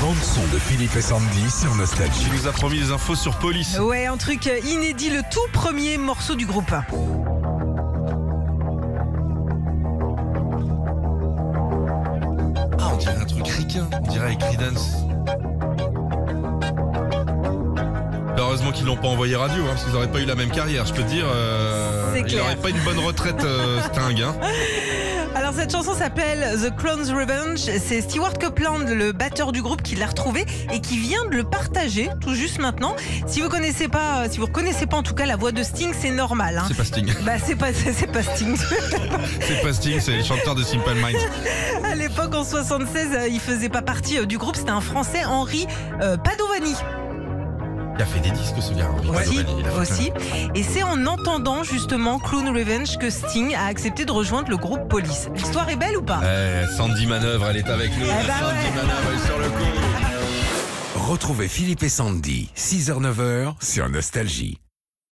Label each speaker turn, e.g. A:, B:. A: bande son de Philippe et Sandy sur Nostalgie.
B: Il nous a promis des infos sur police.
C: Ouais, un truc euh, inédit, le tout premier morceau du groupe.
B: Ah, on dirait un truc ricain. On dirait avec Creedence. Bah, Heureusement qu'ils l'ont pas envoyé radio, hein, parce qu'ils n'auraient pas eu la même carrière. Je peux te dire, euh,
C: C'est
B: il
C: clair.
B: n'aurait pas une bonne retraite, euh, Sting. hein.
C: Alors cette chanson s'appelle The Clones Revenge. C'est Stewart Copeland, le batteur du groupe, qui l'a retrouvé et qui vient de le partager tout juste maintenant. Si vous connaissez pas, euh, si vous reconnaissez pas en tout cas la voix de Sting, c'est normal. hein.
B: C'est pas Sting.
C: Bah c'est pas c'est c'est pas Sting.
B: C'est pas Sting, c'est le chanteur de Simple Minds.
C: à l'époque en 76, euh, il faisait pas partie euh, du groupe. C'était un Français, Henri euh, Padovani.
B: Il a fait des disques, ce gars. Henri
C: aussi,
B: Padovani, il a fait
C: aussi. Et c'est en entendant justement Clown Revenge que Sting a accepté de rejoindre le groupe Police. L'histoire est belle ou pas
B: plein- Eh, Sandy Manœuvre, elle est avec nous.
C: Eh bah
B: Sandy
C: ouais.
B: Manœuvre, elle est sur le coup.
A: Retrouvez Philippe et Sandy, 6h-9h sur Nostalgie.